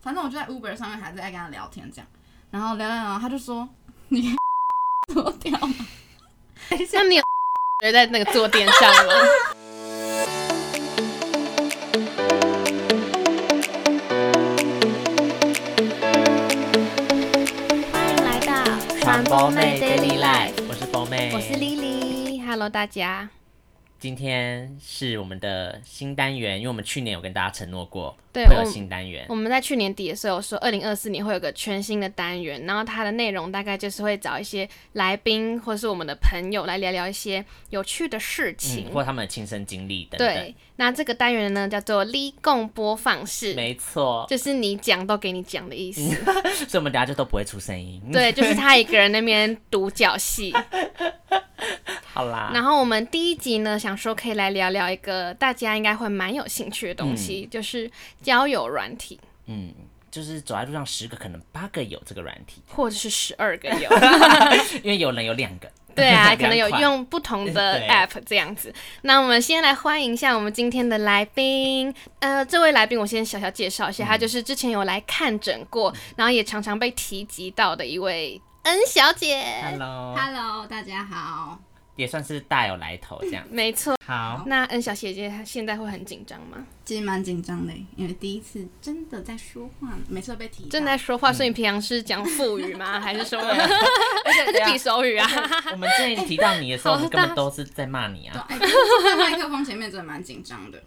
反正我就在 Uber 上面还在跟他聊天这样，然后聊聊聊，他就说你 脱掉吗？那你有 觉得在那个坐垫上吗？欢迎来到传播妹 Daily Life， Life，我是波妹，我是。Lily，Hello 大家。今天是我们的新单元，因为我们去年有跟大家承诺过对会有我新单元我，们在去年底的时候说，二零二四年会有个全新的单元，然后它的内容大概就是会找一些来宾或是我们的朋友来聊聊一些有趣的事情。嗯，或他们的亲身经历等等。对，那这个单元呢叫做“立共播放式没嗯错”，，就是你讲都给你讲的意思。所以我们等下就都不会出声音。，对，就是他一个人那边独角 戏。啊好啦，然后我们第一集呢，想说可以来聊聊一个大家应该会蛮有兴趣的东西，就是交友软体，嗯，就是走在路上十个可能八个有这个软体，或者是十二个 有。因为有人有两个。对啊，两可能有款用不同的 对 app 这样子。那我们先来欢迎一下我们今天的来宾。呃，这位来宾我先小小介绍一下，嗯他就是之前有来看诊过，然后也常常被提及到的一位恩小姐。 Hello， Hello，大家好，也算是大有来头这样。没错，好，那恩小姐姐她现在会很紧张吗？其实蛮紧张的，因为第一次真的在说话，每次都被提到正在说话，所以你平常是 讲腹语吗？还是什么？而且还是比手语啊？ 我们之前提到你的时候，好我们根大本都是在骂你对啊。哎，坐在麦克风前面真的蛮紧张的。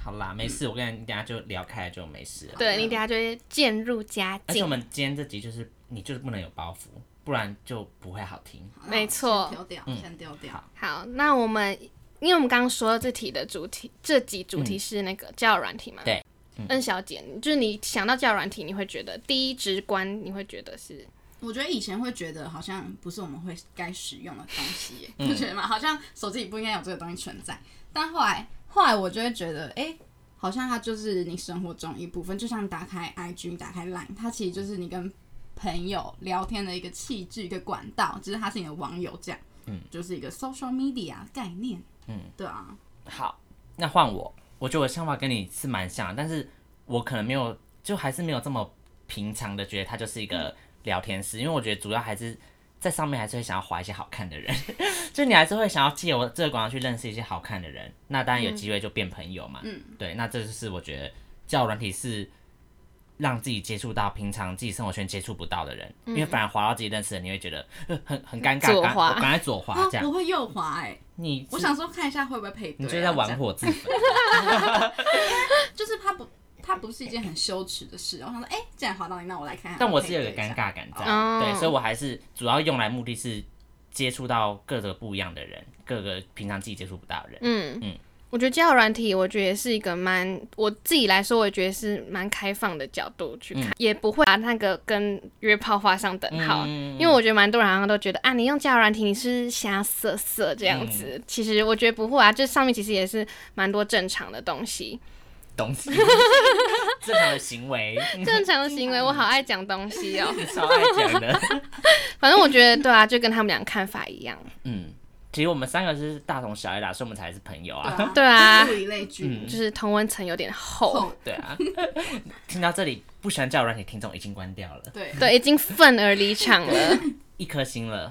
好啦，没事，我跟你等下就聊开就没事了。对你等下就会渐入佳而且境我。们今天这集就是你就是不能有包袱，不然就不会好听。好没错那我先丢掉，嗯先丢掉好。好，那我们因为我们刚刚说这题的主题，这集主题是那个交友软体嘛？嗯对。恩小姐，就是你想到交友软体，你会觉得第一直观，你会觉得是我觉得以前会觉得好像不是我们会该使用的东西耶，嗯不觉得吗？好像手机里不应该有这个东西存在。但后来，后来我就会觉得，哎、好像它就是你生活中一部分，就像打开 IG、打开 Line，它其实就是你跟朋友聊天的一个器具、一个管道，只是它是你的网友这样，嗯，就是一个 social media 概念，嗯，对啊，好，那换我，我觉得我的想法跟你是蛮像的，但是我可能没有，就还是没有这么平常的觉得它就是一个聊天室，因为我觉得主要还是在上面还是会想要划一些好看的人， 就你还是会想要借我这个广告去认识一些好看的人，那当然有机会就变朋友嘛，嗯，对，那这就是我觉得交友软体是。让自己接触到平常自己生活圈接触不到的人，因为嗯反而滑到自己认识的，你会觉得呃很很尴尬，左赶滑我赶快左滑啊这，样。我会右滑哎、你我是想说看一下会不会配对啊、你就是在这玩样火自焚，就是它不，它不是一件很羞耻的事。我想说，哎、既然滑到你，那我来看看。但我是是有个尴，尬感在，哦对，所以我还是主要用来目的是接触到各个不一样的人，各个平常自己接触不到的人。嗯嗯我觉得交友软体，我觉得也是一个蛮我自己来说，我觉得是蛮开放的角度去看，也不会把那个跟约炮画上等号。嗯因为我觉得蛮多人好像都觉得啊，你用交友软体你是想要色色这样子，其实我觉得不会啊，这上面其实也是蛮多正常的东西，东西 正常的行为，嗯正常的行为，我好爱讲东西 哦。超爱讲的。反正我觉得对啊，就跟他们俩看法一样，嗯，其实我们三个是大同小异啦，所以我们才是朋友啊。 嗯对对啊物以类聚。哦就是同温层有点厚，后 对啊，听到这里不喜欢叫软体听众已经关掉了，对，对，已经愤而离场了。一颗星了。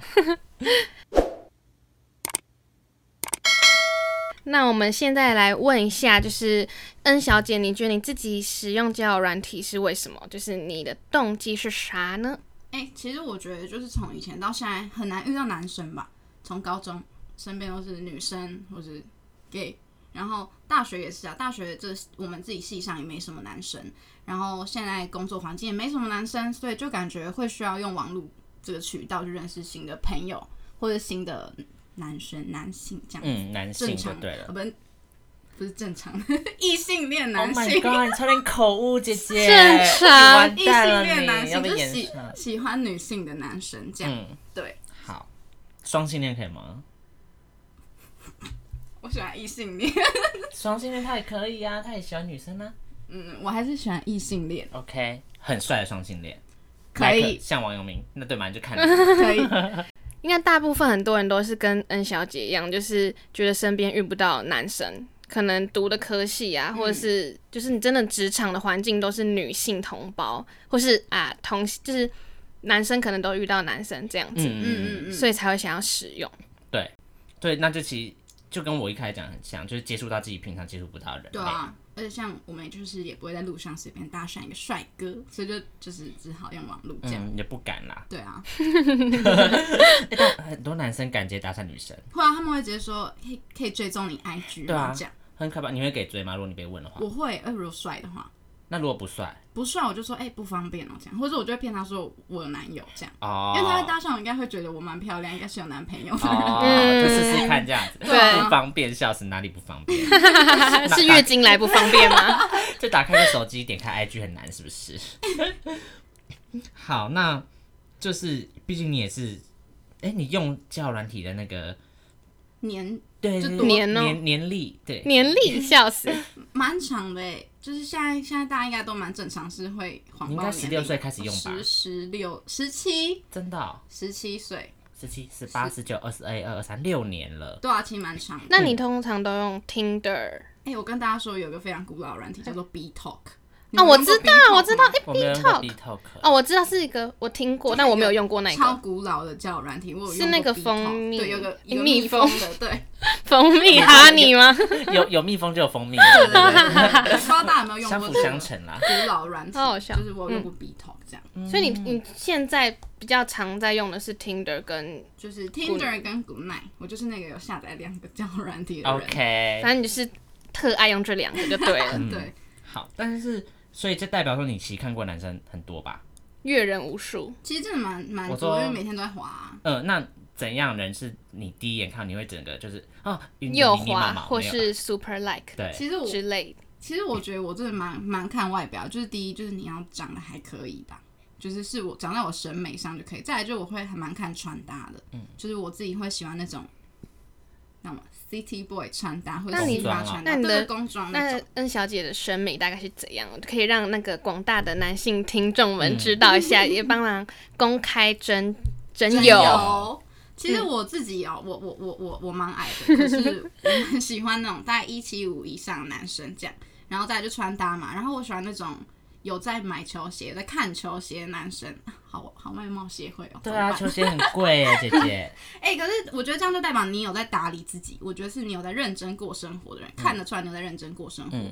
那我们现在来问一下，就是恩小姐，你觉得你自己使用交友软体是为什么？就是你的动机是啥呢？哎、其实我觉得就是从以前到现在很难遇到男生吧。从高中身边都是女生或是 gay，然后大学也是啊，大学这我们自己系上也没什么男生，然后现在工作环境也没什么男生，所以就感觉会需要用网络这个渠道去认识新的朋友或者新的男生、男性这样。嗯，男性正就常对呃了。不是不是正常 异性恋 Oh 男 my 性， god！你差点口误，姐姐。正常完异性蛋了恋男你性要被就是演喜上喜欢女性的男生这样。嗯，对，好，双性恋可以吗？我喜欢异性恋，双性恋他也可以啊，他也喜欢女生啊。嗯， 我还是喜欢异性 恋， OK，很帅的双性恋，可迈以嗯克像王阳明，那对吗？你嗯就 看你可以，应该大部分很多人都是跟恩小姐一样，就是觉得身边遇不到男生，可能读的科系啊，或者是就是你真的职场的环境都是女性同胞，或是啊同就是男生可能都遇到男生这样子，嗯嗯嗯嗯，嗯嗯，所以才会想要使用。 对，那就其实就跟我一开始讲很像，就是接触到自己平常接触不到的人。对，啊。而且像我们就是也不会在路上随便搭讪一个帅哥，所以就就是只好用网路这样。嗯，也不敢啦。对啊，很多男生敢直接搭讪女生，后来他们会直接说可以可以追踪你 IG 对啊吗？这样很可怕。你会给追吗？如果你被问的话，我会，呃，如果帅的话，那如果不帅不帅我就说哎、不方便哦这样，或者我就会骗他说我有男友这样，哦，因为他会搭讪我应该会觉得我蛮漂亮，应该是有男朋友。哦，嗯就试试看这样 子，啊对不方便，笑死，哪里不方便？是月经来不方便吗？就打开个手机，点开 IG 很难，是不是？ 好，那就是毕竟你也是，哎、你用交友软体的那个年对就对多年哦年年历，对，年历笑死，蛮长的欸，就是现在现在大家应该都蛮正常，是会谎你应报该年16岁开始用吧十十六、十七、真的哦、十七岁，十七、十八、十九、二十二、二三，六年了。对啊，其实蛮长的。那你通常都用 Tinder？嗯哎、我跟大家说，有一个非常古老的软体叫做 B Talk。啊，我知道，我知道，哎我没有用过 B ，BTalk， Talk，哦，我知道是一个，我听过，但我没有用过那超个古老的交友软体，我有用是那过个 B Talk，蜂蜜对，有个有个蜜蜜蜂的，对，蜂蜜哈尼吗？有有蜜蜂就有蜂蜜， 对对 不知道大家有没有对，用相过辅这相个成啦。古老软体，好好笑嗯就是我有用过 B Talk 这样，所嗯以你你现在比较常在用的是 Tinder 跟，就是 Tinder 跟 Good Night，我就是那个有下载两个交友软体的人， OK，反正你就是特爱用这两个就对嗯了，对，好，但是所以这代表说你其实看过男生很多吧？ 阅人无数。其实真的蛮蛮我多，说因为每天都在滑啊、呃，那怎样人是你第一眼看你会整个就是啊，晕得右迷迷茫滑茫或没有啊是 super like 对，其实我嗯之类的。其实我觉得我真的蛮蛮看外表，就是第一就是你要长得还可以吧，就是是我长在我审美上就可以。再来就是我会还蛮看穿搭的，嗯，就是我自己会喜欢那种，那么 city boy 穿搭或者那你西装穿搭，那你的对对工装那那种。恩小姐的审美大概是怎样？可以让那个广大的男性听众嗯们知道一下，也帮忙公开 真真友有其实我自己哦，我我我我我蛮矮的，可是我很喜欢那种大概一七五以上的男生这样，然后再来就穿搭嘛，然后我喜欢那种有在买球鞋、在看球鞋的男生，好好外貌协会哦，对怎么啊，办球鞋很贵耶， 姐姐。哎、可是我觉得这样就代表你有在打理自己，我觉得是你有在认真过生活的人，看得出来你有在认真过生活。嗯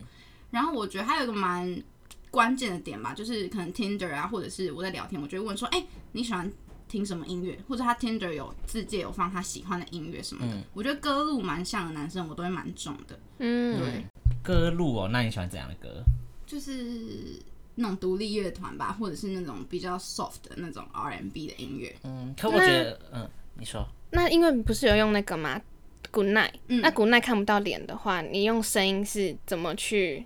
然后我觉得还有一个蛮关键的点吧，就是可能 Tinder 啊，或者是我在聊天，我就会问说，哎、你喜欢听什么音乐？或者他 Tinder 有自介有放他喜欢的音乐什么的。嗯我觉得歌路蛮像的男生，我都会蛮重的，嗯，歌路哦，那你喜欢怎样的歌？就是那种独立乐团吧，或者是那种比较 soft 的那种 R&B 的音乐。嗯，可我觉得，嗯，你说，那因为不是有用那个吗？Good night，、嗯那 Good night 看不到脸的话，你用声音是怎么去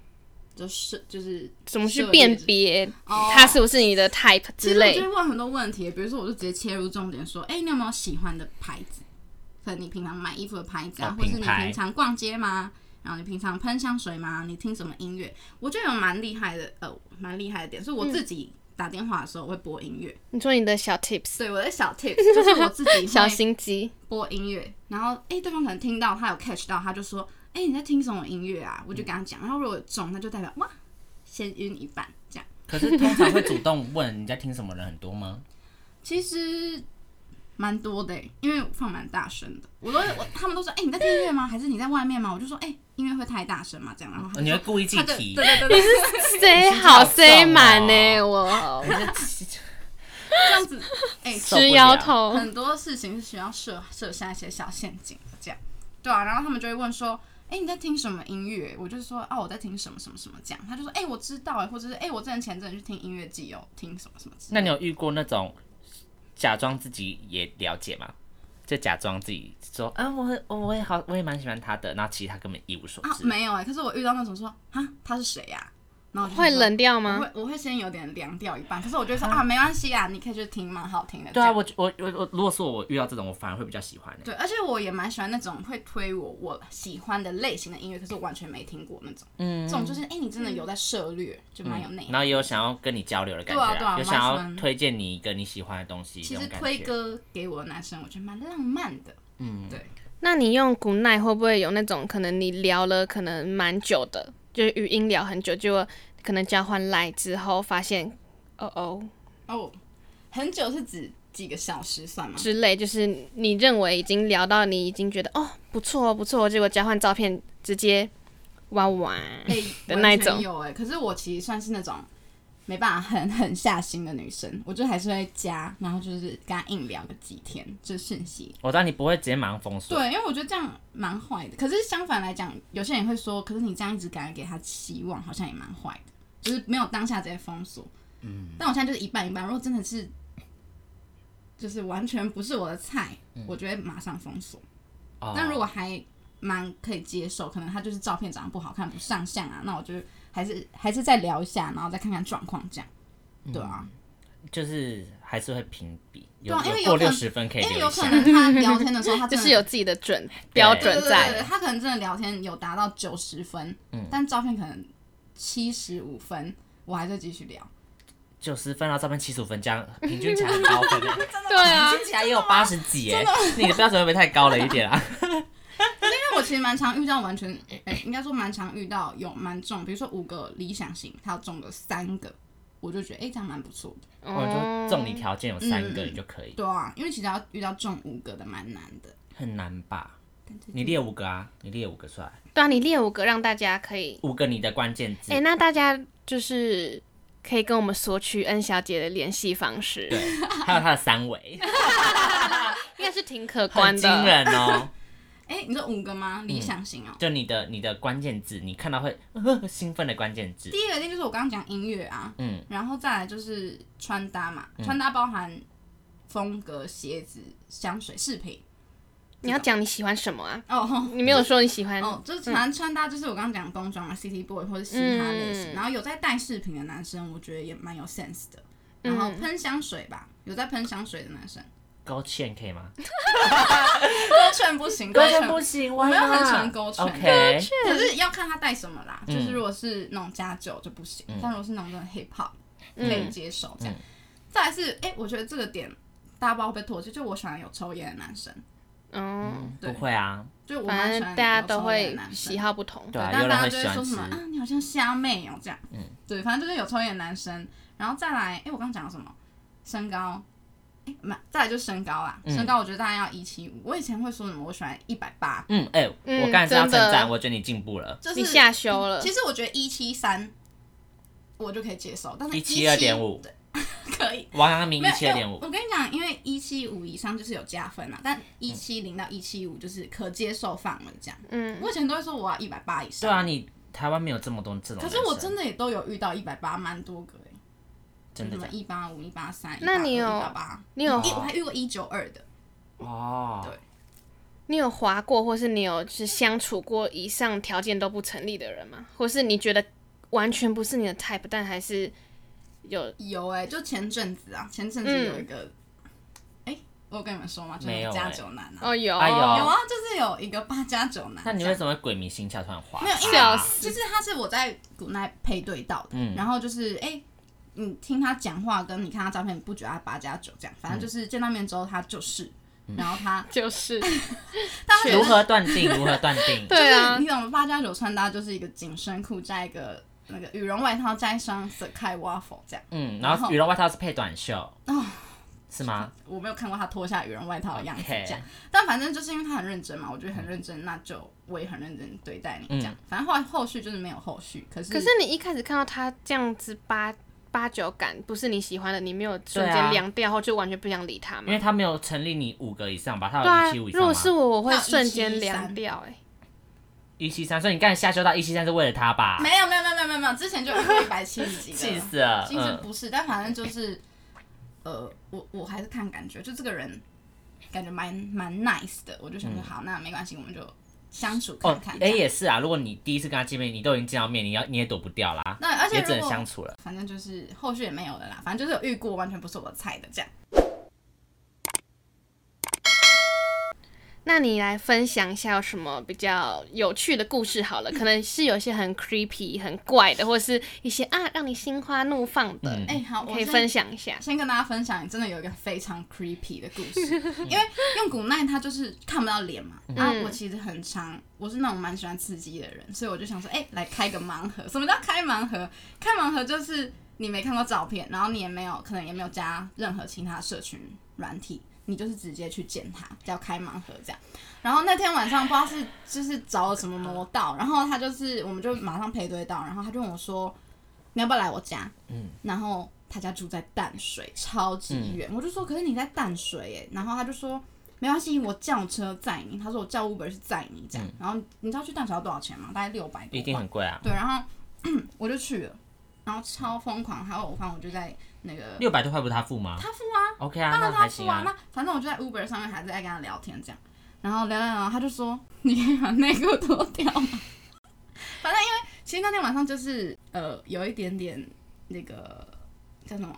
就是就是怎么去涉猎辨这别哦他是不是你的 type 其之实我类就？会问很多问题，比如说我就直接切入重点说，哎、你有没有喜欢的牌子？可能你平常买衣服的牌子啊，哦或是品你牌平常逛街吗？然后你平常喷香水吗？你听什么音乐？我觉得有蛮厉害的，呃，蛮厉害的点，是我自己打电话的时候我会播音乐，你说你的小 tips，所以我的小 tips 就是我 自己小会心机，播音乐，然后哎、对方可能听到他有 catch 到，他就说，哎、你在听什么音乐啊？我就跟他讲，然后如果有中，那就代表哇，先晕一半这样。可是通常会主动问你在听什么人很多 吗？其实蛮多的欸，因为我放蛮大声的，我都我他们都说，哎、你在听音乐吗？还是你在外面吗？我就说，哎、音乐会太大声嘛，这样，然后他哦你就会说。故意他记就题对？对对对，塞好塞满呢，我这样子，哎、受不了直摇头。很多事情是需要设设下一些小陷阱的，这样，对啊，然后他们就会问说，哎、你在听什么音乐？我就说，哦、我在听什么什么什么这样，他就说，哎、我知道哎，或者是哎、我之前前阵子去听音乐季哦，听什么什么之类的那你有遇过那种假装自己也了解吗？就假装自己说，啊，我很我也好，我也蛮喜欢他的，然后其实他根本一无所啊，知。没有哎、可是我遇到那种说，啊，他是谁呀、然后我就会说冷掉我吗？会我会先有点凉掉一半，可是我就会说啊，没关系啊，你可以去听，蛮好听的。对这啊，样我我我我，如果说我遇到这种，我反而会比较喜欢欸对，而且我也蛮喜欢那种会推我我喜欢的类型的音乐，可是我完全没听过那种。嗯，这种就是哎、你真的有在涉略，就蛮有内涵。然后也有想要跟你交流的感觉、对啊对啊有蛮想喜欢要推荐你一个你喜欢的东西。其这实种感推觉歌给我的男生，我觉得蛮浪漫的。嗯，对，那你用 Good night 会不会有那种可能你聊了可能蛮久的，就是语音聊很久，结果可能交换 Line 之后发现哦哦哦，很久是指几个小时算吗？之类，就是你认为已经聊到你已经觉得哦不错哦不错哦，结果交换照片直接哇哇，哎的那完一全种有哎、可是我其实算是那种没办法狠狠下心的女生，我就还是会加，然后就是跟她硬聊个几天，就是讯息。我知哦道你不会直接马上封锁，对，因为我觉得这样蛮坏的。可是相反来讲，有些人会说，可是你这样一直敢给他期望，好像也蛮坏的，就是没有当下直接封锁。嗯，但我现在就是一半一半。如果真的是，就是完全不是我的菜，我就会马上封锁。嗯哦但如果还蛮可以接受，可能他就是照片长得不好看，不上相啊，那我就还是还是再聊一下，然后再看看状况这样。对啊，嗯就是还是会评比，有对啊因为有过有可六能十分可以因为留有一可下。能他聊天的时候，他 就真的是有自己的准标对准对对在对，，他可能真的聊天有达到九十分，但照片可能七十五分，我还在继续聊。九十分，然后照片七十五分，这样平均起来很高 分耶，对啊，听起来也有八十几耶，你的标准会不会太高了一 点啊？因为我其实蛮常遇到完全，哎、应该说蛮常遇到有蛮中，比如说五个理想型，他中了三个，我就觉得哎、这样蛮不错的。我就中你条件有三个，嗯你就可以，对啊，因为其实要遇到中五个的蛮难的。很难吧但这？你列五个啊，你列五个出来，对啊，你列五个让大家可以五个你的关键字哎、。那大家就是可以跟我们索取恩小姐的联系方式，还有他的三 围，应该是挺可观很惊的。人哦！哎、你说五个吗？理想型哦、就你的你的关键字，你看到会呃兴奋的关键字，第一个一定就是我刚刚讲音乐啊，嗯，然后再来就是穿搭嘛，穿搭包含风格、鞋子、香水、饰品。你要讲你喜欢什么啊？哦，吼你没有说你喜欢，哦，就是反正穿搭就是我刚刚讲工装嘛，City 啊 Boy 或者嘻哈类型，嗯然后有在带饰品的男生，我觉得也蛮有 sense 的。然后嗯喷香水吧，有在喷香水的男 生，勾芡可以 吗？勾芡不行，勾芡不行，啊我没有很喜欢勾芡 OK，可是要看他带什么啦。嗯就是如果是那种家酒就不行，但如果是那种真的 hip hop 可以嗯，接受这样。再来是，哎，我觉得这个点大家不知道会不会唾弃，就我喜欢有抽烟的男生，嗯，对不会啊，嗯就我反蛮喜正欢大家有抽烟都的会男生喜。好不同。对啊，但有大人家会就喜会欢说什吃么，啊，你好像虾妹哦这样，嗯，对，反正就是有抽烟的男生，然后再来，哎、我刚刚讲了什么？身高，哎、没，再来就是身高啦，嗯身高我觉得大概要一七五，我以前会说什么，我喜欢一百八，嗯，哎，嗯我刚才是要称真的赞，我觉得你进步了，就是你下修了其，实我觉得一七三我就可以接受，但是172.5对可以。王阳明没一有七二点因五为，我跟你讲，因为一七五以上就是有加分啦，但一七零到一七五就是可接受范围这样。嗯，我以前都会说我要一百八以上，对啊，你台湾没有这么多这种可男生，是我真的也都有遇到一百八，蛮多个哎、真的什么假的一八五、一八三，那你有一八？你有一我还遇过一九二的，哦，对你有划过，或是你有就是相处过以上条件都不成立的人吗？或是你觉得完全不是你的 type，但还是有有哎、就前阵子啊，前阵子有一个，哎、我有跟你们说吗？就嗯没有是欸加九男啊，哦有哎有呦啊，就是有一个八加九男，那你为什么会鬼迷心窍突然滑？啊没有因为笑死就是他是我在古奈配对到的，嗯然后就是哎、你听他讲话跟你看他照片，你不觉得他八加九这样，反正就是见到面之后他就是，嗯然后他就是但他如何断 定？如何断定？对就啊是，你懂八加九穿搭就是一个紧身裤加一个那个羽绒外套加一双 Sky Waffle 这样。嗯，然后羽绒外套是配短袖，哦是吗？我没有看过他脱下羽绒外套的样子这 OK 样但反正就是因为他很认真嘛，我觉得很认真，那就我也很认真对待你这样。反正后来后续就是没有后续，可嗯是可是你一开始看到他这样子八八九感，不是你喜欢的，你没有瞬对间啊凉掉后，就完全不想理他因为嘛。他没有成立你五个以上吧，他对啊有一七五，以如上果吗？是我，我会他有瞬173间凉掉、欸。一七三，所以你刚才下修到一七三是为了他吧？没有没有没有没有没有没有，之前就有过一百七十几气个，死了，其实嗯，不是，但反正就是呃，我我还是看感觉，就这个人感觉蛮蛮 nice 的，我就想说好，那没关系，我们就相处看哦看，这哎样。也是啊，如果你第一次跟他见面，你都已经见到面，你要你也躲不掉啦，那而且也只如能果相处了。反正就是后续也没有了啦，反正就是有遇过完全不是我的菜的这样。那你来分享一下有什么比较有趣的故事好了，可能是有一些很 creepy、很怪的，或者是一些啊让你心花怒放的，欸嗯哎、好，我可以先分享一下。先跟大家分享，真的有一个非常 creepy 的故事， 因为用古奈它就是看不到脸嘛，然后我其实很常，我是那种蛮喜欢刺激的人，所以我就想说，哎、来开个盲盒。什么叫开盲盒？开盲盒就是你没看过照片，然后你也没有可能也没有加任何其他社群软体，你就是直接去见它，叫开盲盒这样。然后那天晚上不知道是就是着了什么魔道，然后他就是我们就马上配对到，然后他就问我说，你要不要来我家？嗯然后他家住在淡水，超级嗯远。我就说，可是你在淡水耶。然后他就说，没关系，我叫车载你。他说我叫 Uber 是载你这样。然后你知道去淡水要多少钱吗？大概六百多嗯一定吧很。贵啊，对，然后 我就去了，然后超疯狂。还有我反正我就在那个六百多块不是他付吗？他付啊， OK 啊，当那然他还付行啊啊。。那反正我就在 Uber 上面还在跟他聊天这样，然后聊聊聊，他就说你可以把内裤脱掉吗？ 反正因为其实那天晚上就是呃有一点点那个叫什么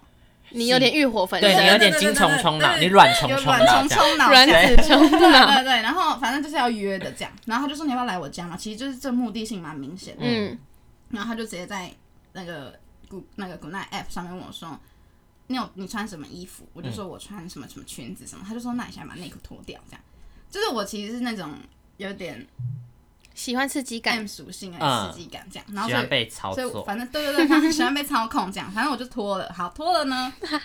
你有点欲火焚对你有身，点精虫冲对对脑，对你软虫有冲软脑冲这样。冲脑卵这样子冲脑。对对，然后反正就是要约的这样，然后他就说你要不要来我家嘛？其实就是这目的性蛮明显的，嗯，然后他就直接在那个古那个古奈 App 上面问我说，你有你穿什么衣服？嗯我就说我穿什么什么裙子什么，他就说那你先把内裤脱掉这样，就是我其实是那种有点喜欢刺激感 M 属性的刺激感这样，然后嗯喜所以欢被操所以作。反正对对对，反正喜欢被操控这样，反正我就脱了，好脱了呢，嗯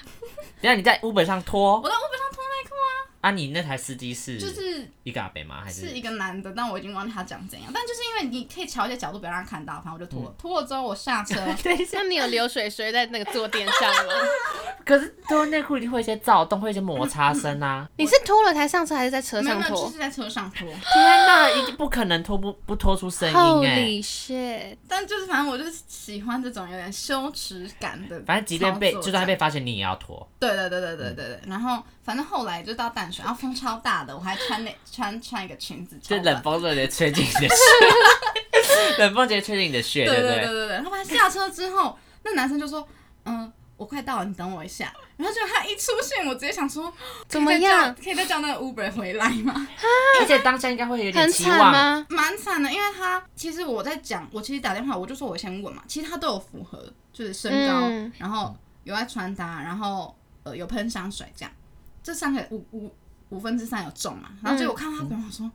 等一下你在 Uber 上拖我在 Uber 上脱内裤啊？你那台司机是就是一个阿北吗？还是一个男的，但我已经忘记他长怎样。但就是因为你可以调一些角度，不要让他看到，反正我就脱了。脱了之后我下车，嗯 对，像你有流水水在那个坐垫上 吗？可是脱内裤一定会有一些躁动，会有一些摩擦 声啊！你是脱了才上车，还是在车没有上没有，就脱是在车上脱。天哪，一定不可能脱不不脱出声音哎！ ？Holy shit！但就是反正我就是喜欢这种有点羞耻感的操作这样。反正即便被就算被嗯发现，你也要脱。对对对对对对对。然后反正后来就到淡水，然后风超大的，我还穿那穿穿一个裙子，就超短。冷风直接吹进你的血，冷风直接吹进你的血， 对对对不对对对？对。然后反正下车之后，那男生就说：“嗯，我快到了，你等我一下。”然后就他一出现，我直接想说：“哦怎么样可以再叫可以再叫那个 Uber 回来吗？”而且当下应该会有点很期惨望，啊吗？蛮惨的，因为他其实我在讲，我其实打电话我就说我先问嘛，其实他都有符合，就是身高，嗯然后有爱穿搭，然后呃有喷香水这样，这三个五五五分之三有中嘛，然后结果我看到他跟我说，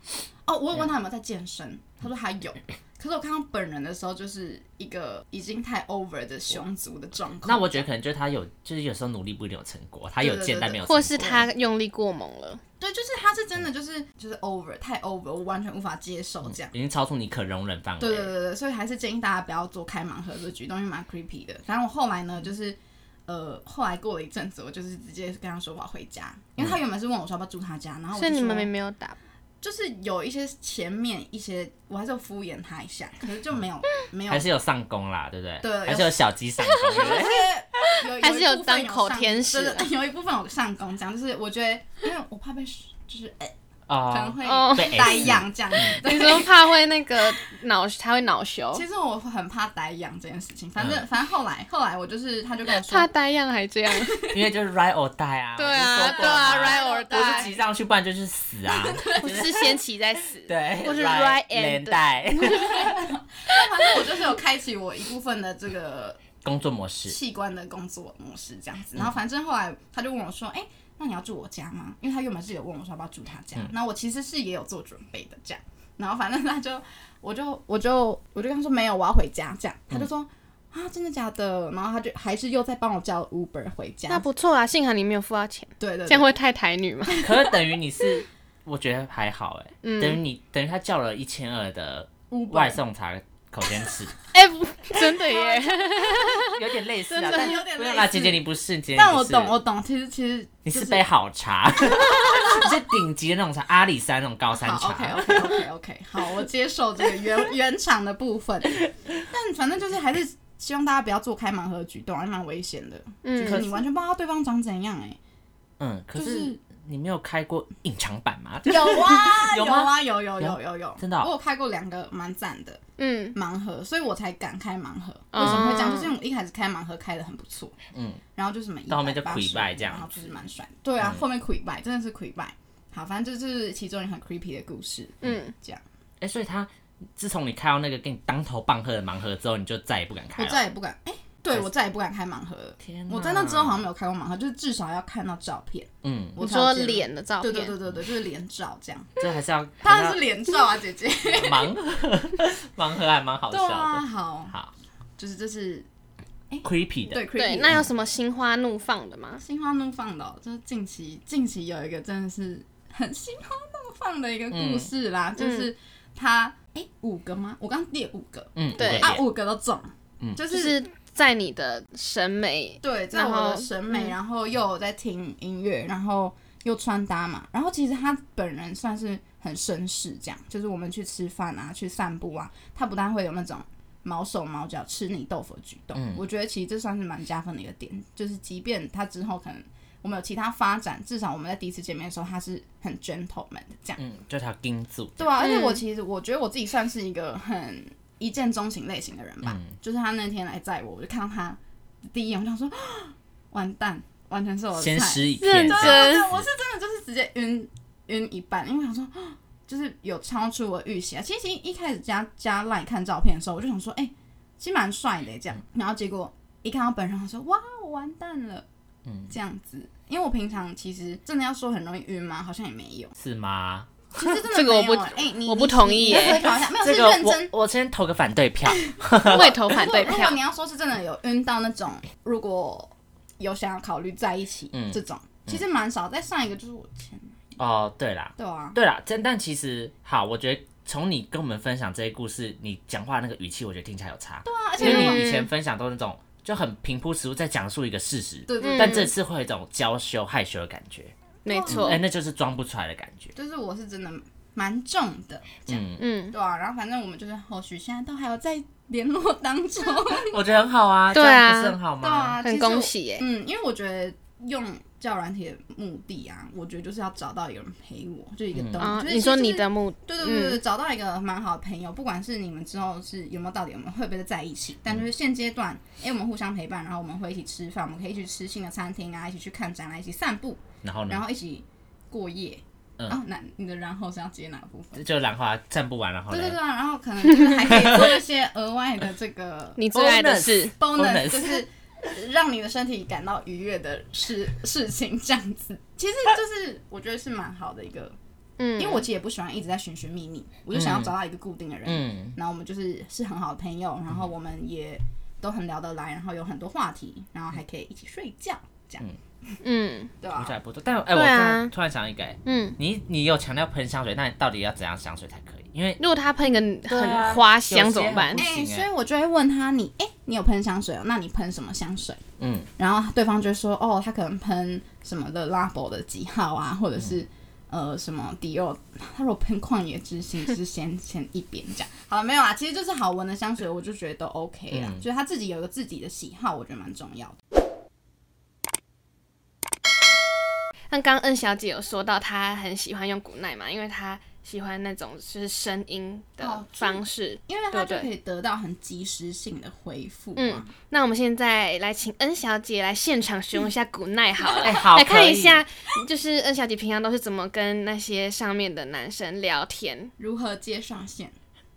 哦，我有问他有没有在健身，他说他有，可是我看到本人的时候就是一个已经太 over 的熊族的状况，那我觉得可能就是他有，就是有时候努力不一定有成果，他有对对见对但对没有成果，或是他用力过猛了？对，就是他是真的就是就是 over 太 over，我完全无法接受这样。已经超出你可容忍范围。对对对对，所以还是建议大家不要做开盲盒这个举动，因为蛮 creepy 的。反正我后来呢，就是呃，后来过了一阵子，我就是直接跟他说我要回家，因为他原本是问我说要不要住他家，然后我嗯所就以你说们没没有打，就是有一些前面一些，我还是有敷衍他一下，可是就没嗯有没 有，还是有上攻啦，对不对？对还是有小鸡上攻，对不 对有还是有有一部分当口上天使对对对有一部分有上攻，这样就是我觉得，因为我怕被就是哎可能哦，会哦被 S 呆痒这样，对你说怕会那个脑，他会恼羞，其实我很怕呆痒这件事情，反正、反正后来后来我就是他就跟我说嗯怕呆样还这 样。因为就是 ride or die 啊。 对我啊就，说对过了啊嘛，right or 我是 die，骑上去，不然就是死啊。我是先骑再死。对，我是 ride ride and 连带反正我就是有开启我一部分的这个 工作模式。器官的工作模式这样子。嗯然后反正后来他就问我说：“哎、那你要住我家吗？”因为他原本是有问我说要不要住他家，嗯那、我其实是也有做准备的这样。然后反正他就，我就我就我就跟他说没有，我要回家这样。他就说。嗯啊，真的假的？然后他就还是又在帮我叫 Uber 回家。那不错啊，幸好你没有付到钱，对对这对样，会太台女嘛？可是等于你是，我觉得还好哎，嗯等于你等于他叫了一千二的 Uber 外送茶口天吃，哎，不真的 耶，有点类似啊，真的但有点不用啦，类似姐姐你不是，姐姐但我你不是懂，我懂。其实其实你就是杯好 茶，你是顶级的那种茶，阿里山那种高山好茶。 OK OK OK OK，好，我接受这个原原厂的部 分，但反正就是还是希望大家不要做开盲盒的举动，还蛮危险的。就嗯是，你完全不知道对方长怎样哎、嗯，可就是是你没有开过隐藏版吗？有 啊 有有吗啊有有有有有，真的哦我有开过两个蛮赞的嗯，盲盒，所以我才敢开盲盒。哦为什么会这样？就是因为我一开始开盲盒开的很不错，嗯，然后就是什么到后面就180溃败这样嗯然后就是蛮帅的。对啊，后面溃败真的是溃败。好，反正这是其中一个很 creepy 的故事。嗯，这样哎、所以他自从你开到那个给你当头棒喝的盲盒之后，你就再也不敢开我了。再也不敢，哎、对我再也不敢开盲盒了。天哪我在那之后好像没有开过盲盒，就是至少要看到照片。嗯，我你才有说介入，脸的照对片，对对对对，就是脸照这样。这还 是要当还然是是脸照啊，姐姐。要盲 盒，盲盒还蛮好对笑的。啊，好，好就是这是，creepy 的，对 creepy 对的那有什么心花怒放的吗？心花怒放的哦、就是近期近期有一个真的是很心花怒放的一个故事啦，就是他哎、五个吗？我刚列五个嗯，对五个啊，点五个都中，嗯就、就是是在你的审 美，对，在我然的后审美，嗯然后又有在听音乐，然后又穿搭嘛，然后其实他本人算是很绅士，这样就是我们去吃饭啊，去散步啊，他不但会有那种。毛手毛脚吃你豆腐的举动，嗯我觉得其实这算是蛮加分的一个点，就是即便他之后可能我们有其他发展，至少我们在第一次见面的时候，他是很 gentleman 的这样。嗯，就条金柱，对啊，而且我嗯其实我觉得我自己算是一个很一见钟情类型的人吧。嗯就是他那天来载我，我就看到他第一眼，我想说， 啊完蛋，完全是我的菜。先对湿一片，认这真样对，我是哦真的就是直接晕晕一半，因为我想说，啊就是有超出我预期啊。其实一一开始加加 line 看照片的时候，我就想说，哎、其实蛮帅的这样。然后结果一看到本人，我说，哇，我完蛋了，嗯这样子。因为我平常其实真的要说很容易晕吗？好像也没有。是吗？其实真的这个我没不有哎、你我你不同你意欸你耶回调一下，没有是这个认真。我我先投个反对票，未投反如果对如果票你，要说是真的有晕到那种，如果有想要考虑在一起、嗯这种，其实蛮少。再上一个就是我前，哦，对啦，对啊，对啦，但但其实好，我觉得从你跟我们分享这些故事，你讲话那个语气，我觉得听起来有差，嗯对啊，而因且如为果你以前分享都是那种就很平铺直述在讲述一个事实，对对，对但这次会有一种娇羞害羞的感觉，嗯哦没哎、错，那就是装不出来的感觉，就是我是真的蛮重的，嗯，嗯，对啊。然后反正我们就是后续现在都还有在联络当 中，我觉得很好啊，对这样啊不是很好吗？对啊，很其实我恭喜耶，嗯，因为我觉得用教软体的目的啊，我觉得就是要找到有人陪我，就一个嗯动力。啊，嗯就是你说其实你的目，对对对对，找到一个蛮好的朋友，不管是你们之后是有没有到底有没有会不会在一起，但就是现阶段，哎、我们互相陪伴，然后我们会一起吃饭，我们可以一起吃新的餐厅啊，一起去看展览，一起散步，然后呢？然后一起过夜。嗯啊，那你的然后是要接哪部分？就兰花站不完，然后对对对呢？啊，然后可能就是还可以做一些额外的这个你最爱的是哦 bonus， bonus 就是让你的身体感到愉悦的事事情，这样子，其实就是我觉得是蛮好的一个嗯，因为我其实也不喜欢一直在寻寻觅觅，我就想要找到一个固定的人，嗯，然后我们就是是很好的朋友，然后我们也都很聊得来，然后有很多话题，然后还可以一起睡觉，这样嗯对我吧、觉得还不错。但对哎、我突啊然突然想一个、哎，嗯，你你有强调喷香水，那你到底要怎样香水才可以？因为如果他喷一个对啊很花有香些怎么很办不？哎、行哎所以我就会问他你，哎、你有喷香水哦？那你喷什么香水？嗯，然后对方就说，哦，他可能喷什么的 Labo 的几号啊，或者嗯是、呃什么迪奥。他如果喷旷野之心，就是先先一边这样。 好了，没有啦，其实就是好闻的香水，我就觉得都 OK 啦。嗯就是他自己有一个自己的喜好，我觉得蛮重要的。那刚刚恩小姐有说到她很喜欢用古奈嘛，因为她喜欢那种就是声音的哦就是方式。因为它对就不对可以得到很及时性的回复嗯嘛。，那我们现在来请恩小姐来现场使用一下古奈好了，哎、 好，来看可一以下，就是恩小姐平常都是怎么跟那些上面的男生聊天。如何接上线？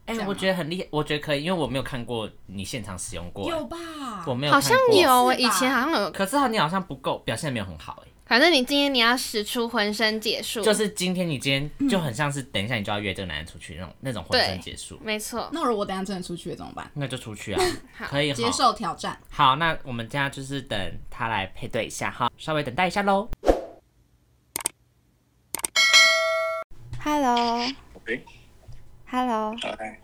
哎、这样我吗觉得很厉害，我觉得可以，因为我没有看过你现场使用过，有哎吧？我没有好看像过。有，是吧以前好像有，可是你好像不够，表现没有很好、哎，反正你今天你要使出浑身解数，就是今天你今嗯天就很像是等一下你就要约这个男人出去那种那种浑身对结束，没错。那如果我等一下真的出去了怎么办？那就出去啊好，可以接好，受挑战。好，那我们这样就是等他来配对一下哈，稍微等待一下喽。 Hello，喂，Hello，嗨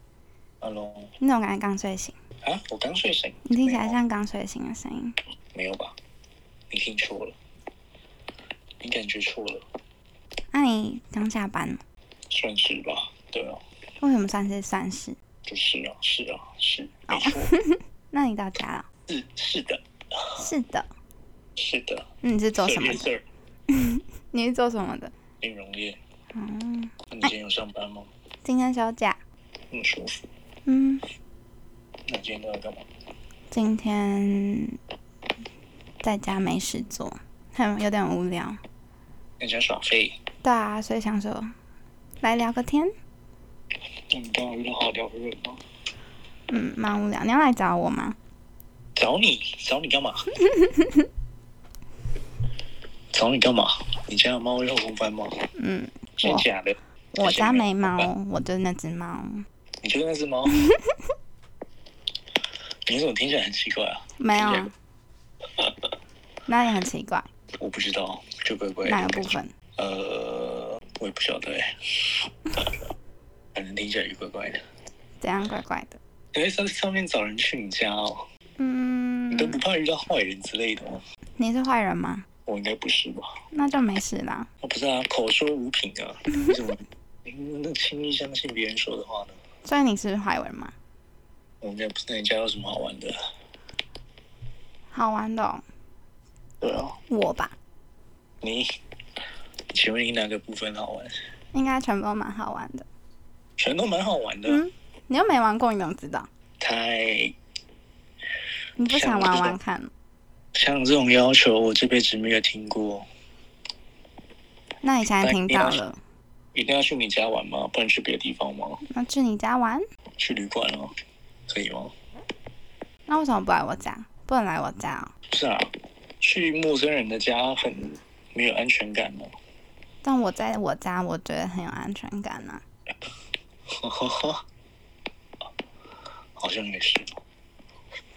，Hello，你怎么感觉刚睡醒？哎啊，我刚睡醒，啊你听起来像刚睡醒的声音。没有吧？你听错了，你感觉错了，那、你刚下班吗？算是吧？对啊，为什么算是算是？就是啊，是啊，是，没错，那你到家了？是是的，是的。是的，那你是做什么对的？ ，yes，你是做什么的？金融业。嗯，那你今天有上班吗？今天休假。很舒服。嗯，那你今天都在干嘛？今天在家没事做，很有点无聊。你想耍废？对啊，所以想说来聊个天，那你刚好遇到好聊的人吗？嗯，蛮无聊。你要来找我吗？找你，找你 干嘛？找你干嘛？你家有猫会后空翻吗？嗯，真假的？我家没猫那些没有，我就是那只猫，你就是那 只猫？你怎么听起来很奇怪啊？没有啊。那也很奇怪，我不知道，就乖乖。哪个部 分？呃，我也不晓得哎， 反正听起来也怪怪的。怎样怪怪的？你会在上面找人去你家哦？嗯你，都不怕遇到坏人之类的吗？你是坏人吗？我应该不是吧？那就没事 啦。我不是啊，口说无凭啊，为什么 那轻易相信别人说的话呢？所以你是坏人吗？我应该不是那你家有什么好玩的？好玩的哦、对啊，我吧，你，请问你哪个部分好玩？应该全部都蛮好玩的。全都蛮好玩的，嗯，你又没玩过，你怎么知道？太你不想玩玩看？像这种要求，我这辈子没有听过。那你现在听到了，一定要去你家玩吗？不能去别的地方吗？那去你家玩？去旅馆哦，可以吗？那为什么不来我家？不能来我家哦？不是啊，去陌生人的家很没有安全感的、但我在我家，我觉得很有安全感啊。哦。 好像也是，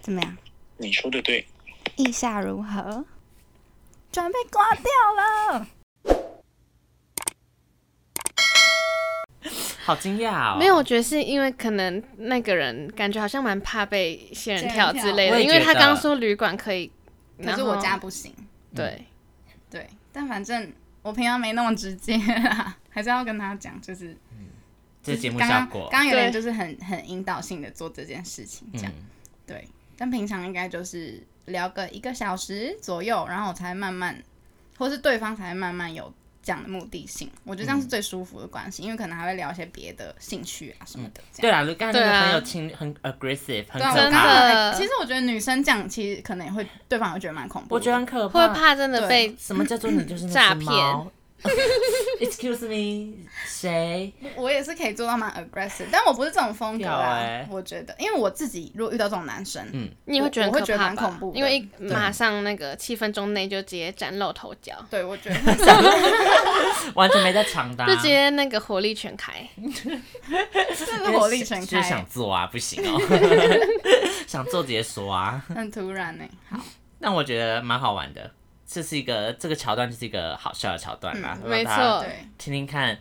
怎么样？你说的对。意下如何？准备挂掉了。好惊讶哦！没有，，我觉得是因为可能那个人感觉好像蛮怕被仙人跳之类我的，也因为觉他得刚说旅馆可以，可然是后我家不行。嗯对，对，但反正我平常没那么直接啦，还是要跟他讲，就是这节目刚效刚果刚，刚有点对就是很很引导性的做这件事情，这样、嗯，对。但平常应该就是聊个一个小时左右，然后我才慢慢，或是对方才慢慢有这样的目的性。我觉得这样是最舒服的关系，因为可能还会聊一些别的兴趣啊什么的。这对样啦，刚才那对个啊很有侵，很 aggressive，很对啊，可我刚真怕，刚哎的其实我觉得女生这样，其实可能也会对方也会觉得蛮恐怖的。我觉得很可会怕。不会怕真的被什么叫做你就是那只诈骗猫？Excuse me，谁？我也是可以做到蛮 aggressive，但我不是这种风格屌啦。欸我觉得，因为我自己如果遇到这种男生，嗯你会觉得我很会可觉得怕蛮吧恐怖的因为一马上那个七分钟内就直接崭露头角，对我觉得很想完全没在场的啊、就直接那个火力全开。这是火力全 就是想开，做啊，不行哦， 想做直接说啊。很突然欸呢、好，但我觉得蛮好玩的，这是一个这个桥段就是一个好笑的桥段啦，嗯没让大家错对，听听看。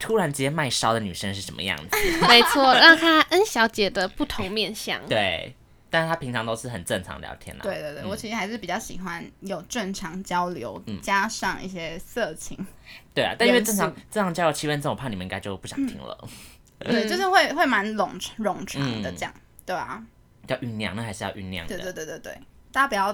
突然直接卖烧的女生是什么样子？ 没错，让看 N 小姐的不同面相。对，但是她平常都是很正常聊天啦。对对对，我其实还是比较喜欢有正常交流，嗯加上一些色情， 对啊，但因为元素正常正常交流气氛中，我怕你们应该就不想听了，嗯对，就是会会蛮冗冗长的嗯这样，对啊，要酝酿，那还是要酝酿的。对对对对对，大家不要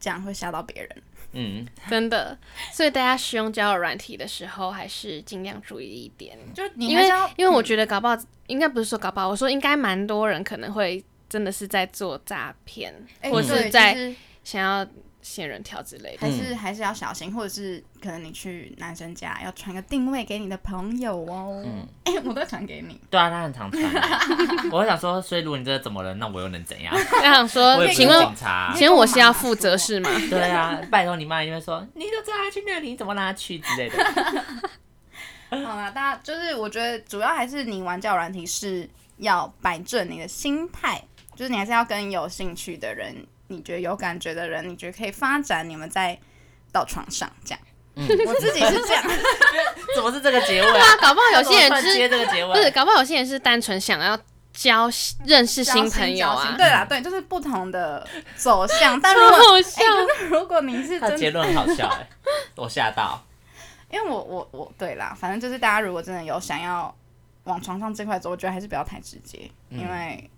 这样会吓到别人，嗯，真的，所以大家使用交友软体的时候，还是尽量注意一点，就是你因还为是要因为嗯我觉得搞不好，应该不是说搞不好，我说应该蛮多人可能会真的是在做诈骗，哎或对是就在是想要仙人跳之 类的。还是还是要小心，或者是可能你去男生家要传个定位给你的朋友哦。嗯 哎、我都传给你，对啊，她很常传欸。我会想说，所以如果你真的怎么了，那我又能怎样？我想我说也，不是请问警察。请问我是要负责是吗？对 啊，拜托你妈一定会说，你都知道他去那里，你怎么让他去 之类的。 好啦，大家就是我觉得主要还是你玩交友软体是要摆正你的心态，就是你还是要跟有兴趣的人，你觉得有感觉的人，你觉得可以发展，你们再到床上这样。嗯我自己是这 样，怎么是这个结尾？搞不 好有些人怎么突然接是，这个结尾，不是搞不好有些人是单纯想要交认识新朋友交心啊。对啦，对，就是不同的走 向。但如超果好笑哎、可是 如果你是他的真结的，论很好笑哎、 我吓到。因为我我我对啦，反正就是大家如果真的有想要往床上这块走，我觉得还是不要太直接，嗯因为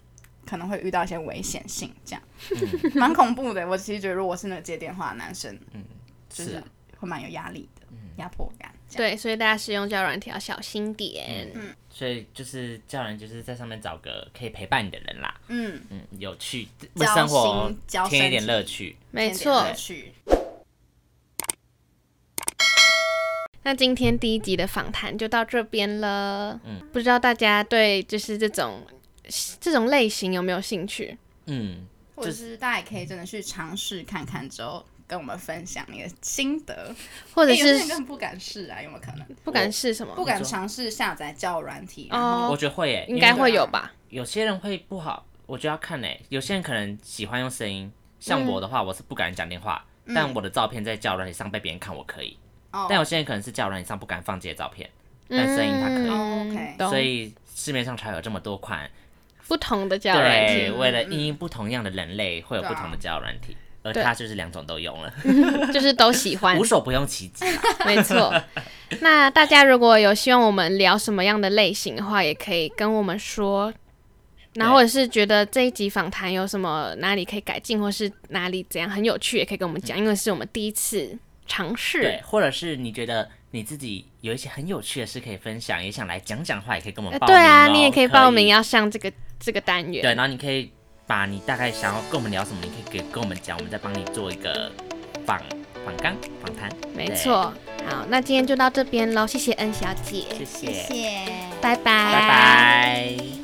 可能会遇到一些危险性，这样嗯蛮恐怖的。我其实觉得，如果是那个接电话的男生，嗯，就是是啊，会蛮有压力的，嗯压迫感。这样，对，所以大家使用交友软体要小心点。所以就是叫人就是在上面找个可以陪伴你的人啦，嗯，嗯，有趣交为心生活交身体添一点乐趣。没有错点乐，趣那今天第一集的访谈就到这边了。嗯，不知道大家对就是这种这种类型有没有兴趣？嗯，或者是大家也可以真的去尝试看看之后。跟我们分享你的心得，哎或者诶有些人是根本不敢试啊，有没有可能？不敢试什么？不敢尝试下载交友软体，然后哦我，觉得啊会欸诶、因应为该会有吧。有些人会不好，我觉得要看诶、有些人可能喜欢用声音，像嗯我的话，我是不敢讲电话，但我的照片在交友软体上被别人看，我可以。哦但有些人可能是交友软体上不敢放自己的照片，但声音它可以。嗯，OK 哦懂所以市面上才有这么多款，不同的交友软对，体，嗯为了因应不同样的人类，会有不同的交友软体，而对啊它就是两种都用了，就是都喜欢无，所不用其极。啊没 错。那大家如果有希望我们聊什么样的类型的话，也可以跟我们说。然后或者是觉得这一集访谈有什么哪里可以改进，或是哪里怎样很有趣，也可以跟我们讲，因为是我们第一次尝试嗯对，。或者是你觉得你自己有一些很有趣的事可以分享，也想来讲讲话，也可以跟我呃们报名、对哦啊，你也可可以报名要上这个这个单元。对，然后你可以把你大概想要跟我们聊什么，你可以给跟我们讲，我们再帮你做一个访访纲访谈。没对，错。好，那今天就到这边喽，谢谢恩小姐，谢谢，谢谢。拜拜，拜拜拜